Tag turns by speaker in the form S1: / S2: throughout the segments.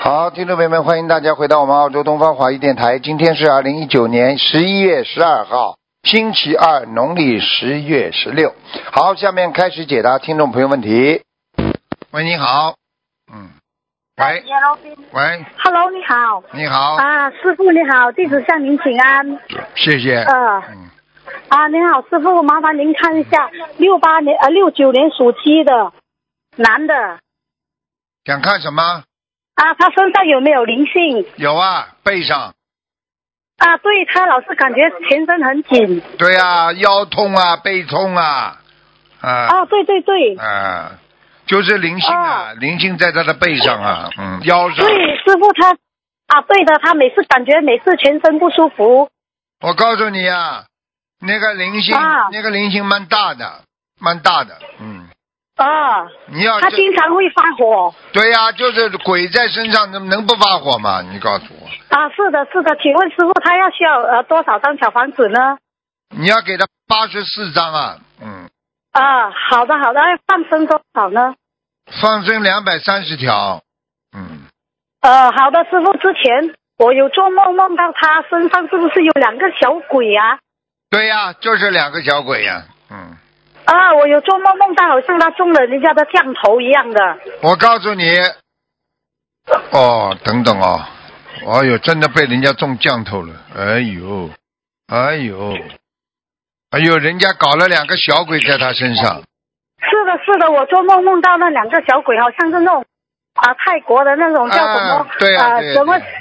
S1: 好，听众朋友们，欢迎大家回到我们澳洲东方华语电台。今天是二零一九年十一月十二号，星期二，农历十月十六。好，下面开始解答听众朋友问题。喂，你好。嗯。喂
S2: Hello，
S1: 喂，
S2: Hello，你好。
S1: 你好，
S2: 啊，师傅你好，弟子向您请安。
S1: 谢谢。
S2: 呃，
S1: 嗯，
S2: 啊，您好，师傅，麻烦您看一下六八年呃六九年属鸡的男的
S1: 想看什么？
S2: 啊，他身上有没有灵性？
S1: 有啊，背上。
S2: 啊，对他老是感觉全身很紧。
S1: 对啊，腰痛啊，背痛啊，啊
S2: 啊，对对对，
S1: 啊，就是灵性啊，灵性在他的背上啊，嗯，腰上。
S2: 对，师傅他啊，对的，他每次感觉每次全身不舒服。
S1: 我告诉你啊，那个灵性，
S2: 啊
S1: 那个灵性蛮大的，蛮大的，嗯，
S2: 啊，
S1: 你要
S2: 他
S1: 这
S2: 经常会发火。
S1: 对呀、就是鬼在身上，能能不发火吗？你告诉我，
S2: 啊，是的，是的，请问师傅他要需要呃多少张小房子呢？
S1: 你要给他八十四张啊，嗯，
S2: 啊，好的好的，哎放生多少呢？
S1: 放生两百三十条，嗯，
S2: 呃，好的，师傅，之前我有做梦，梦到他身上是不是有两个小鬼啊？
S1: 对呀、就是两个小鬼呀、嗯，
S2: 啊，我有做梦，梦到好像他中了人家的降头一样的。
S1: 我告诉你，哦，等等哦，哎呦，真的被人家中降头了，哎呦，哎呦，哎呦，人家搞了两个小鬼在他身上。
S2: 是的，是的，我做梦梦到那两个小鬼，好像是那种啊泰国的那种叫什么？
S1: 啊、对呀、
S2: 呃
S1: 对呀、
S2: 什么？
S1: 对呀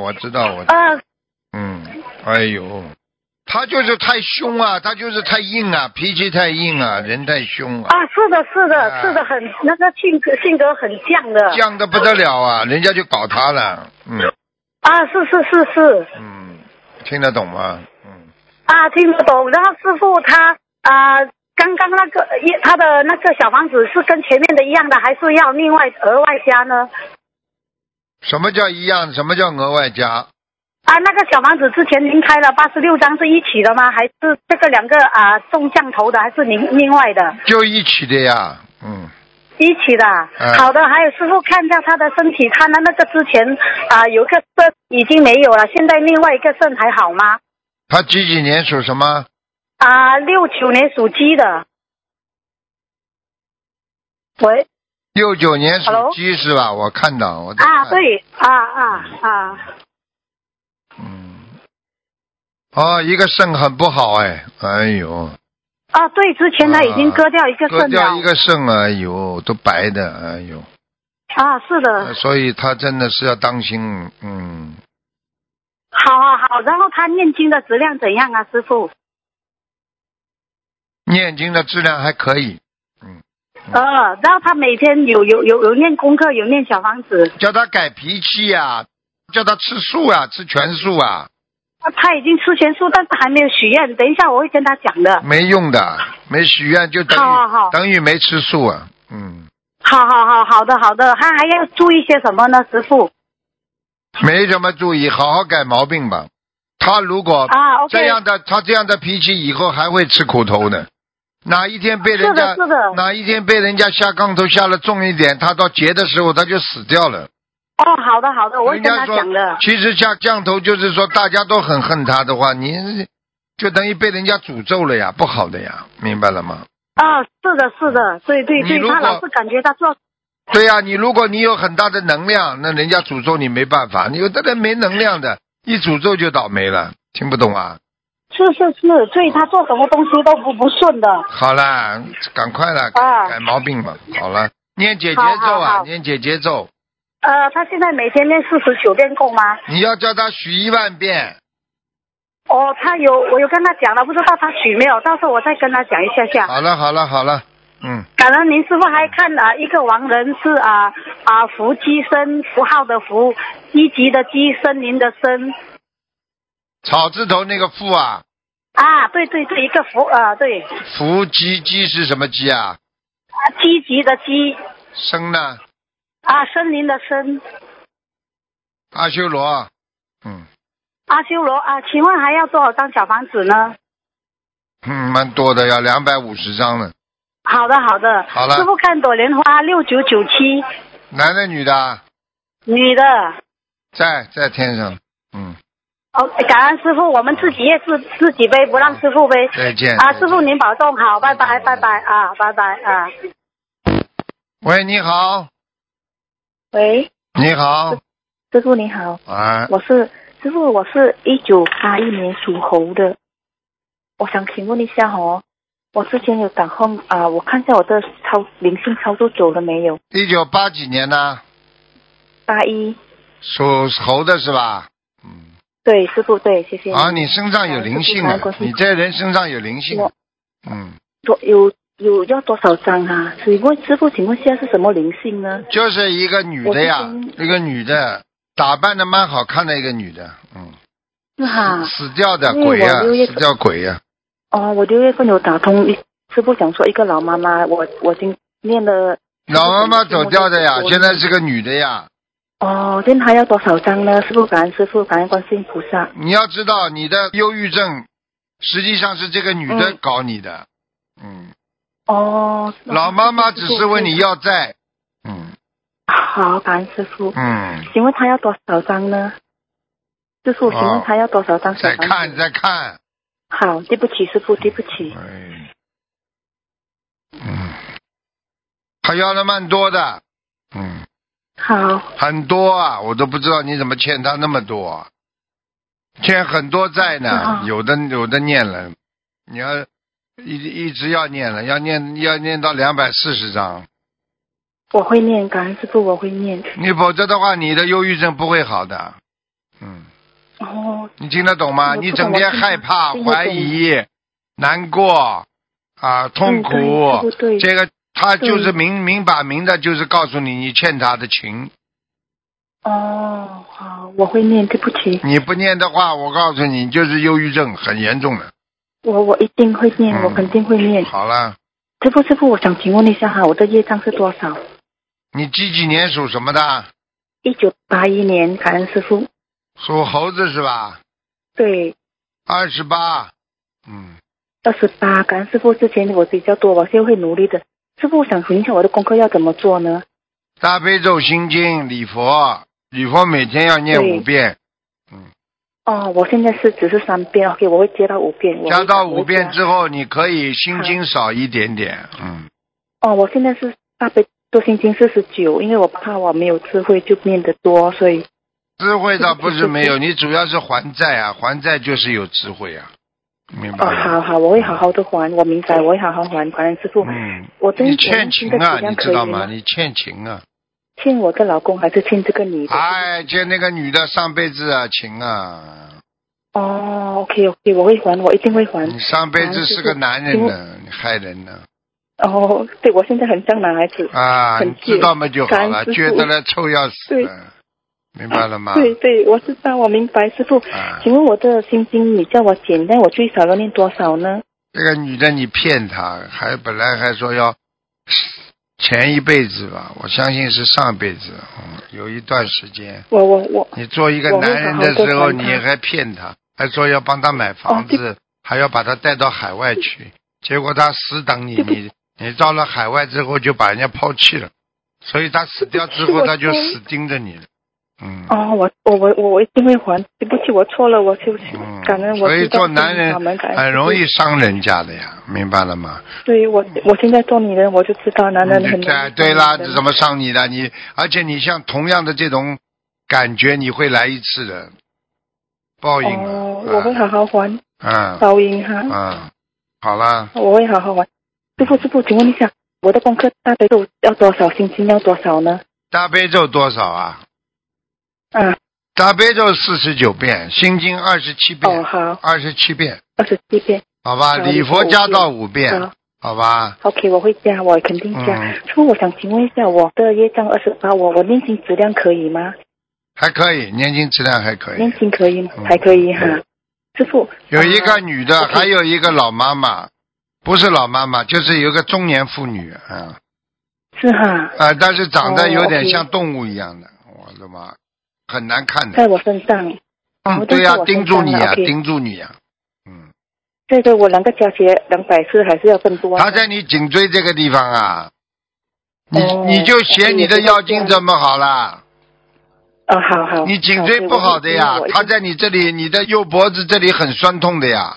S1: 我知道，我知道
S2: 呃，
S1: 嗯，哎呦，他就是太凶啊，他就是太硬啊，脾气太硬啊，人太凶啊，
S2: 啊，是的，是的，
S1: 啊
S2: 是的，很那个性格性格很犟的。
S1: 犟的不得了啊，人家就搞他了，嗯
S2: 啊，是是是是
S1: 嗯，听得懂吗？嗯，
S2: 啊，听得懂。然后师傅他啊。刚刚那个一他的那个小房子是跟前面的一样的，还是要另外额外加呢？
S1: 什么叫一样？什么叫额外加？
S2: 啊，那个小房子之前您开了八十六张是一起的吗？还是这个两个啊中降头的，还是您另外的
S1: 就一起的呀，嗯，
S2: 一起的啊？
S1: 嗯
S2: 好的，还有师傅看一下他的身体，他的那个之前啊有个肾已经没有了，现在另外一个肾还好吗？
S1: 他几几年属什么？
S2: 啊，六九年属鸡的。喂，
S1: 六九年属
S2: Hello？
S1: 鸡是吧？我看到，我在
S2: 啊，
S1: 看，
S2: 对，啊啊啊，
S1: 嗯，哦，一个肾很不好哎，哎呦，
S2: 啊，对，之前他已经
S1: 啊
S2: 割掉一个
S1: 割
S2: 肾了。
S1: 掉一个肾，哎呦，都白的，哎呦，
S2: 啊，是的。
S1: 所以他真的是要当心，嗯，
S2: 好好好，然后他念经的质量怎样啊，师傅？
S1: 念经的质量还可以，
S2: 呃，然后他每天有有有有念功课，有念小房子，
S1: 叫他改脾气呀、叫他吃素啊，吃全素啊，
S2: 啊他已经吃全素，但是还没有许愿。等一下我会跟他讲的。
S1: 没用的，没许愿就等于
S2: 好好好
S1: 等于没吃素啊，嗯，
S2: 好好好好的好的，他还要注意些什么呢，师傅？
S1: 没什么注意，好好改毛病吧。他如果
S2: 啊，OK，
S1: 这样的，他这样的脾气以后还会吃苦头的。哪一天被人家
S2: 是的是的
S1: 哪一天被人家下杠头下了重一点，他到劫的时候他就死掉了。
S2: 哦，好的好的，我会
S1: 人
S2: 跟
S1: 家
S2: 他
S1: 说
S2: 讲的。
S1: 其实下降头就是说大家都很恨他的话，你就等于被人家诅咒了呀，不好的呀，明白了吗？
S2: 啊，是的是的，对对
S1: 你
S2: 对，
S1: 如
S2: 他
S1: 果
S2: 老是感觉他做
S1: 对呀、你如果你有很大的能量，那人家诅咒你没办法。有的人没能量的，一诅咒就倒霉了，听不懂啊？
S2: 是是是，对他做什么东西都不不顺的。
S1: 好啦，赶快啦，
S2: 啊
S1: 改毛病吧。好了，念姐姐
S2: 好
S1: 咒
S2: 好
S1: 啊，
S2: 好
S1: 念姐姐咒，
S2: 呃，他现在每天念四十九遍够吗？
S1: 你要叫他许一万遍。
S2: 哦，他有，我有跟他讲了，不知道他许没有，到时候我再跟他讲一下下。
S1: 好了，好了，好了，嗯，
S2: 感恩您师傅还看啊，一个亡人是啊啊福鸡生符号的福，一级的鸡，森林的森
S1: 草字头那个富啊，
S2: 啊，对对对，一个福啊，对，
S1: 福鸡鸡是什么鸡啊？
S2: 积极的积
S1: 生呢？
S2: 啊，森林的森，
S1: 阿修罗，嗯
S2: 阿修罗啊，请问还要多少张小房子呢？
S1: 嗯，蛮多的，要两百五十张呢。
S2: 好的好的，
S1: 好了
S2: 师傅看朵莲花六九九七，
S1: 男的女的啊？
S2: 女的
S1: 在在天上，嗯，
S3: 哦，感恩师傅，我们自己也自自己背，不让师傅背。
S1: 再见。
S3: 啊，
S1: 再见
S3: 师傅您保重，好，拜拜，拜拜啊，拜拜啊。
S1: 喂，你好，
S2: 喂，
S1: 你好，
S2: 师傅你好，
S1: 啊，
S2: 我是师傅，我是一九八一年属猴的，我想请问一下哦，我之前有打空啊、我看一下我的操灵性操作走了没有？
S1: 一九八几年呢？
S2: 八一，
S1: 属猴的是吧？嗯。
S2: 对，师傅对，谢谢。
S1: 啊，你身上有灵性啊
S2: 感恩师父感恩观！世音
S1: 你这人身上有灵性
S2: 我，
S1: 嗯，
S2: 多有有要多少张啊？请问师傅，请问现在是什么灵性呢？
S1: 就是一个女的呀
S2: 我之，前
S1: 一个女的，打扮的蛮好看的一个女的，嗯，
S2: 是哈，
S1: 死掉的
S2: 啊因为
S1: 鬼呀、
S2: 我六月
S1: 死掉鬼呀、
S2: 哦，我六月份有打通一，师傅讲说一个老妈妈，我我已经念了。
S1: 老妈妈走掉的呀，
S2: 我
S1: 现在是个女的呀。
S2: 哦，那还要多少张呢？师傅感恩师傅，感恩观世音菩萨。
S1: 你要知道，你的忧郁症实际上是这个女的
S2: 嗯
S1: 搞你的，嗯，
S2: 哦，
S1: 老妈妈只是问你
S2: 要。
S1: 要债，嗯
S2: 好，感恩师傅。
S1: 嗯，
S2: 请问他要多少张呢？师傅，请问他要多少张小
S1: 再
S2: 房子？
S1: 哦看再看，
S2: 好，对不起，师傅，对不起。
S1: 哎，嗯，还要的蛮多的，嗯。
S2: 好，
S1: 很多啊，我都不知道你怎么欠他那么多、啊，欠很多债呢
S2: 啊，
S1: 有的有的念了，你要一一直要念了，要念要念到两百四十章，
S2: 我会念，感恩师傅，我会念。
S1: 你否则的话，你的忧郁症不会好的。嗯，
S2: 哦，
S1: 你听得懂吗？
S2: 我
S1: 你
S2: 不懂
S1: 整天
S2: 我听
S1: 害怕、
S2: 听得懂嗯
S1: 怀疑、难过啊，痛苦，
S2: 对对对
S1: 这个他就是
S2: 对
S1: 明明摆明的，就是告诉你你欠他的情。
S2: 哦，好，我会念，对不起，
S1: 你不念的话，我告诉你，你就是忧郁症，很严重的。
S2: 我我一定会念，
S1: 嗯
S2: 我肯定会念。
S1: 好了，
S2: 师傅，师傅，我想请问一下哈，我的业障是多少？
S1: 你几几年属什么的？
S2: 一九八一年，感恩师傅。
S1: 属猴子是吧？
S2: 对，
S1: 二十八，嗯，
S2: 二十八，感恩师傅之前我比较多，我现在会努力的。师傅，我想请问一下我的功课要怎么做呢？
S1: 大悲咒心经礼佛，礼佛每天要念
S2: 对
S1: 五遍，
S2: 哦，我现在是只是三遍，OK，我会接到五遍。我会
S1: 加到五遍
S2: 后。
S1: 之后，你可以心经少一点点，嗯，
S2: 哦，我现在是大悲咒心经四十九，因为我怕我没有智慧就念得多，所以
S1: 智慧倒不是没 有，
S2: 是
S1: 你主要是还债啊，还债就是有智慧啊，明
S2: 哦，
S1: 白
S2: 好
S1: 吗？
S2: 好，我会好好的还，我明白，我会好好还，感恩师傅。
S1: 嗯，
S2: 我真
S1: 你
S2: 我
S1: 欠
S2: 真
S1: 情
S2: 的
S1: 啊，
S2: 质量
S1: 你
S2: 可
S1: 知
S2: 以
S1: 道吗？
S2: 吗？
S1: 你欠情啊。
S2: 欠我的老公还是欠这个女的？
S1: 哎，就那个女的上辈子啊，情啊，
S2: 哦，OK OK，我会还，我一定会还。
S1: 你上辈子是个男人呢，你害人呢
S2: 哦，对，我现在很像男孩子。
S1: 啊！
S2: 很
S1: 你知道嘛就好
S2: 感
S1: 了，
S2: 恩师父
S1: 觉得了臭要死了，明白了吗？
S2: 对对，我知道，我明白，师傅。
S1: 啊，
S2: 请问我的心经，你叫我简单，我最少要念多少呢？
S1: 这个女的你骗她，还本来还说要前一辈子吧，我相信是上辈子，嗯，有一段时间，
S2: 我我我，
S1: 你做一个
S2: 我会
S1: 男人的时
S2: 好好
S1: 候，
S2: 地还
S1: 你
S2: 她
S1: 还骗她，还说要帮她买房
S2: 哦
S1: 子，还要把她带到海外去，结果她死等你，
S2: 对不
S1: 你你到了海外之后就把人家抛弃了，所以她死掉之
S2: 对不
S1: 后，
S2: 起
S1: 她就
S2: 我错了
S1: 死盯着你了，嗯。
S2: 哦，我我我我我一定会还，对不起，我错了，我就
S1: 嗯
S2: 感恩我
S1: 所以
S2: 知道
S1: 做男人
S2: 我们感恩
S1: 很容易伤人家的呀，明白了吗？
S2: 对我我现在做女人，我就知道男人
S1: 嗯
S2: 很
S1: 对对啦，怎么伤你的？你而且你像同样的这种感觉，你会来一次的报应啊
S2: 哦，我会好好还
S1: 啊
S2: 报应哈，
S1: 啊！好啦，
S2: 我会好好还。师傅师傅，请问一下，我的功课大悲咒要多少，心经要多少呢？
S1: 大悲咒多少啊？
S2: 啊，
S1: 大悲咒四十九遍，心经二十七
S2: 哦啊
S1: 遍，
S2: 好，
S1: 二十七遍，
S2: 二十七遍，
S1: 好吧？
S2: 好
S1: 礼佛加到五遍
S2: 好，
S1: 好吧？
S2: OK，我会加，我肯定加。
S1: 嗯
S2: 师傅，我想请问一下，我的业障二十八，我我念经质量可以吗？
S1: 还可以，年轻质量还可以
S2: 念。经可以吗
S1: 嗯？
S2: 还可以哈。师傅，
S1: 有一个
S2: 呃
S1: 女的，
S2: OK
S1: 还有一个老妈妈，不是老妈妈，就是有一个中年妇女啊
S2: 是哈，
S1: 啊，但是长得
S2: 哦
S1: 有点
S2: OK
S1: 像动物一样的，我的妈，很难看的。
S2: 在我身上，
S1: 嗯，
S2: 我
S1: 对呀、
S2: 但是我
S1: 盯住你呀、
S2: 身上的，OK
S1: 盯住你呀、嗯，
S2: 这个我两个加起来两百次还是要更多。啊
S1: 她在你颈椎这个地方啊，你
S2: 哦
S1: 你就写你的
S2: 我知道
S1: 妖精怎么好啦？
S2: 哦，好好。哦
S1: 你颈椎不好的呀
S2: 好，
S1: 它在你这里，你的右脖子这里很酸痛的呀，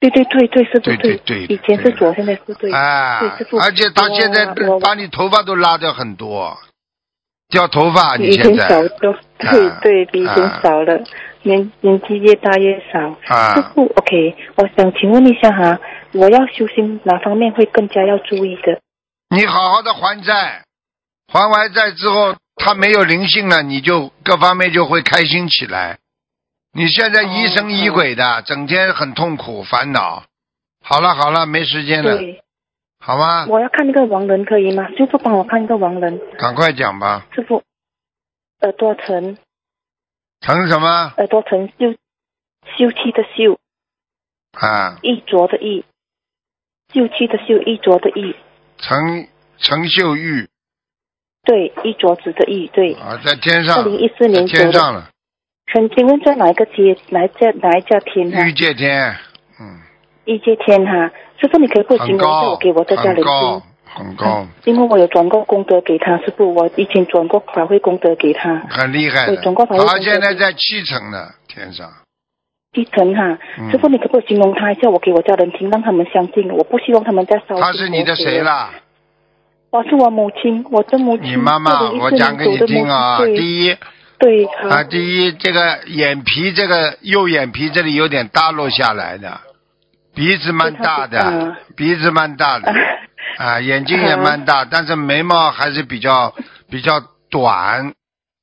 S2: 对对对对，是不
S1: 对对对
S2: 以前是左，现在是对。
S1: 哎
S2: 对师，傅
S1: 而且它现在
S2: 我我
S1: 把你头发都拉掉很多，掉头发，
S2: 比
S1: 你
S2: 以前
S1: 现
S2: 少
S1: 在
S2: 多，对
S1: 啊
S2: 对，比以前少了，年年纪越大越少。 师
S1: 啊，
S2: 傅，OK，我想请问一下哈，我要修心哪方面会更加要注意的？
S1: 你好好的还债，还完债之后，它没有灵性了，你就各方面就会开心起来。你现在疑神疑鬼
S2: 哦嗯
S1: 的，整天很痛苦烦恼。好了好了，没时间了，
S2: 对，
S1: 好吗？
S2: 我要看一个亡人可以吗？师傅帮我看一个亡人，
S1: 赶快讲吧，
S2: 师傅，耳朵疼，
S1: 成什么
S2: 耳朵疼，休休憩的休，
S1: 啊？
S2: 一浊的一，休憩的休，一浊的一，
S1: 陈陈秀玉
S2: 对，一浊子的一，对。
S1: 啊，在天
S2: 二
S1: 上，
S2: 零一四
S1: 在
S2: 年走
S1: 天
S2: 的，
S1: 上了，
S2: 请请问在哪一个街哪一家哪一家天哈、
S1: 玉界天，嗯，
S2: 一街天哈、师傅你可以不形
S1: 很
S2: 容一下
S1: 高，
S2: 我给我的家
S1: 很
S2: 人
S1: 高
S2: 听。，
S1: 很高，
S2: 因为我有转过功德给他，师傅，我以前转过法会功德给他，
S1: 很厉害的
S2: 对中国法。律
S1: 他
S2: 中
S1: 现在
S2: 国
S1: 在七层呢，天上。
S2: 一层哈、
S1: 嗯
S2: 师傅，你可不可以形容他一下，我给我家人听，让他们相信，我不希望他们再烧。
S1: 他是你的谁？啦？
S2: 我是我母亲，我的母亲。
S1: 你妈妈，
S2: 2014
S1: 我讲给你听啊。
S2: 年走的母嗯亲
S1: 第一
S2: 对对，
S1: 啊，
S2: 好，
S1: 第一，这个眼皮这个右眼皮这里有点耷落下来的，鼻子蛮大
S2: 对他是
S1: 的
S2: 啊，
S1: 鼻子蛮大 的
S2: 啊
S1: 啊，眼睛也
S2: 啊
S1: 蛮大，但是眉毛还是比较比较短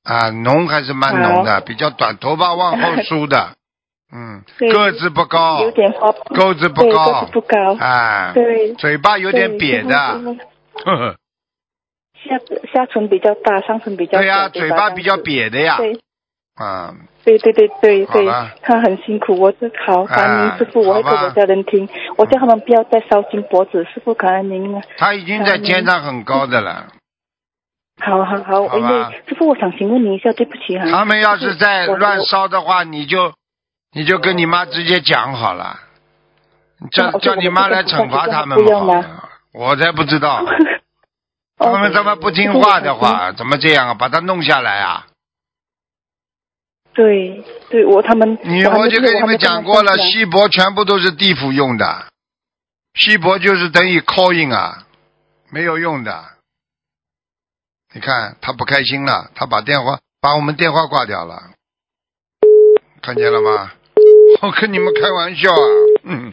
S1: 啊，浓还是蛮浓的，比较短，头发往后梳 的，嗯，
S2: 对
S1: 个子不高
S2: 有，点花，
S1: 个哦子不
S2: 对
S1: 高
S2: 个子不高，
S1: 啊，
S2: 对，
S1: 嘴巴有点啊
S2: 对
S1: 瘪。
S2: 师
S1: 的，
S2: 傅
S1: 呵呵。
S2: 下下唇比较大，上唇比较 小
S1: 对呀、啊嘴巴比较。
S2: 这样子
S1: 瘪的呀，
S2: 对
S1: 啊，
S2: 对对对对
S1: 好
S2: 对
S1: 了，
S2: 他很辛苦，我是好感
S1: 啊
S2: 恩师傅，我会给
S1: 好吧
S2: 我家人
S1: 啊
S2: 听，我叫他们不要再烧金箔纸，师傅感恩您了。
S1: 他已经在天上很高的了。
S2: 好好好，
S1: 好吧
S2: 因为师傅，我想请问您一下，对不起啊哈、
S1: 他们要是再乱烧的话，你就你就跟你妈直接讲好了，叫
S2: 那我
S1: 叫
S2: 就
S1: 你妈来惩罚他们
S2: 不要
S1: 好
S2: 吗
S1: 了。我才不知 道，
S2: 哦
S1: 他们他妈不听话的话，怎么这样啊？把他弄下来啊！
S2: 对对，我他们
S1: 你
S2: 我还没
S1: 我就跟你们讲过了，
S2: 我还没跟他们分享
S1: 锡箔全部都是地府用的，锡箔就是等于 coin 啊，没有用的。你看他不开心了，他把电话把我们电话挂掉了，看见了吗？我跟你们开玩笑啊，嗯，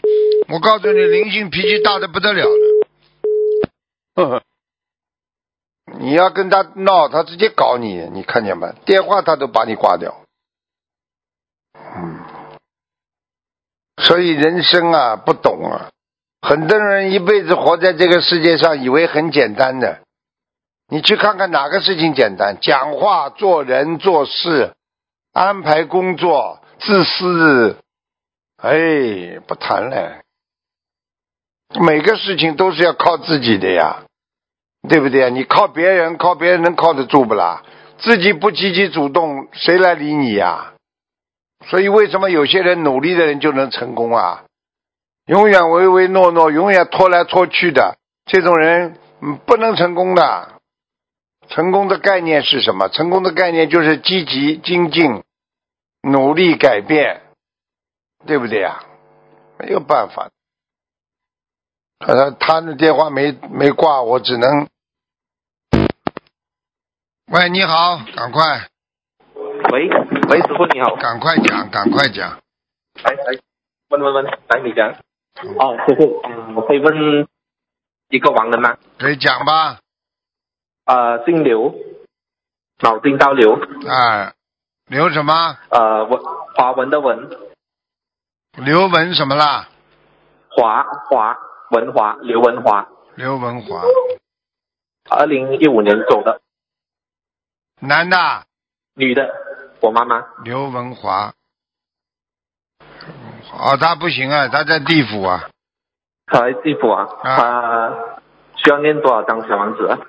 S1: 我告诉你，灵性脾气大的不得了了。 你要跟他闹，他直接搞你，你看见没？电话他都把你挂掉。嗯所以人生啊，不懂啊，很多人一辈子活在这个世界上，以为很简单的。你去看看哪个事情简单？讲话、做人、做事、安排工作、自私，哎，不谈了。每个事情都是要靠自己的呀，对不对？你靠别人，靠别人能靠得住不啦？自己不积极主动，谁来理你呀、所以为什么有些人努力的人就能成功啊？永远唯唯诺诺，永远拖来拖去的这种人，嗯不能成功的。成功的概念是什么？成功的概念就是积极精进，努力改变，对不对呀、没有办法。呃，他的电话没没挂，我只能。喂，你好，赶快，
S4: 喂，喂，师傅你好，
S1: 赶快讲，赶快讲。
S4: 来来，哎问问问，来你讲。哦，师傅，嗯，我可以问一个王人吗？
S1: 可以讲吧？
S4: 呃，姓刘，脑筋刀刘，
S1: 啊，刘什么？
S4: 呃，文华文的文，
S1: 刘文什么啦？
S4: 华华文华，刘文华，
S1: 刘文华，
S4: 二零一五年走的，
S1: 男的，
S4: 女的，我妈妈。
S1: 刘文华。哦，他不行啊，他在地府啊。
S4: 她地府啊，
S1: 啊
S4: 她需要念多少张小王子啊？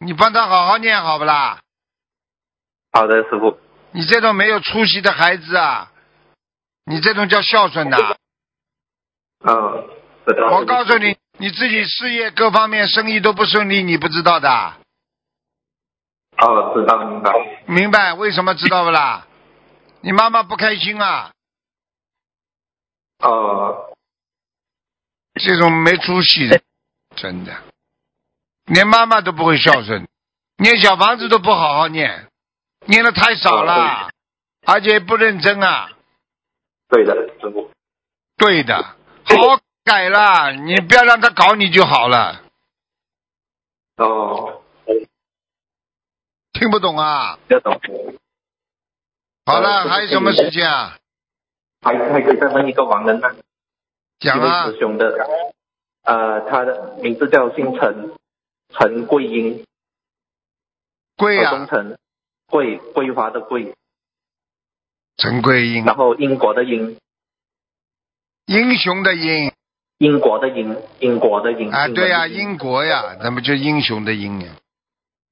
S1: 你帮他好好念好不啦？
S4: 好的，师傅。
S1: 你这种没有出息的孩子啊，你这种叫孝顺呐、
S4: 嗯，知道
S1: 我告诉，你，你自己事业各方面生意都不顺利，你不知道的。
S4: 哦，知道了，明白。
S1: 明白为什么知道不啦？你妈妈不开心啊，
S4: 哦，
S1: 这种没出息的，真的，连妈妈都不会孝顺，念小房子都不好好念，念的太少了，而且不认真啊。
S4: 对的，师傅。
S1: 对的，好好改啦，你不要让他搞你就好了。
S4: 哦，
S1: 听不懂啊？
S4: 要懂。
S1: 好了，还有什么时间啊？
S4: 还还可以再问一个亡人呢，
S1: 讲啊
S4: 一位，师兄的，呃，他的名字叫姓陈，陈桂英，
S1: 贵
S4: 河东
S1: 啊，
S4: 陈，桂桂花的桂，
S1: 陈桂英，
S4: 然后英国的英，
S1: 英雄的英
S4: 英国的英，英国嗯的英。
S1: 啊，对呀、
S4: 呀，
S1: 英国呀，那不就英雄的英呀？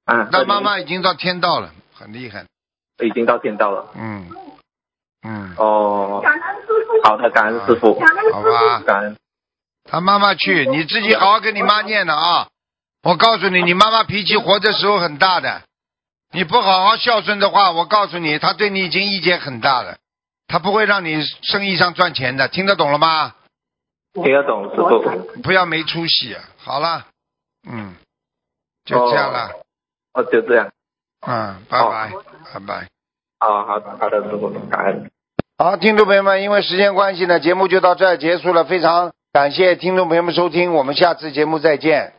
S4: 啊，
S1: 那妈妈已经到天道了，很厉害，
S4: 已经到天道了。
S1: 嗯嗯，
S4: 哦，好的，感恩师傅，
S1: 好吧。
S4: 感恩。
S1: 他妈妈去，你自己好好跟你妈念了啊！我告诉你，你妈妈脾气活的时候很大的，你不好好孝顺的话，我告诉你，她对你已经意见很大了，她不会让你生意上赚钱的，听得懂了吗？
S4: 听得懂，师傅。
S1: 不要没出息、啊好了，嗯，就这样了，
S4: 哦，就这样。
S1: 嗯，拜拜，拜拜。
S4: 啊，好的好的，师傅，感恩。
S1: 好，听众朋友们，因为时间关系呢，节目就到这儿结束了，非常感谢听众朋友们收听，我们下次节目再见。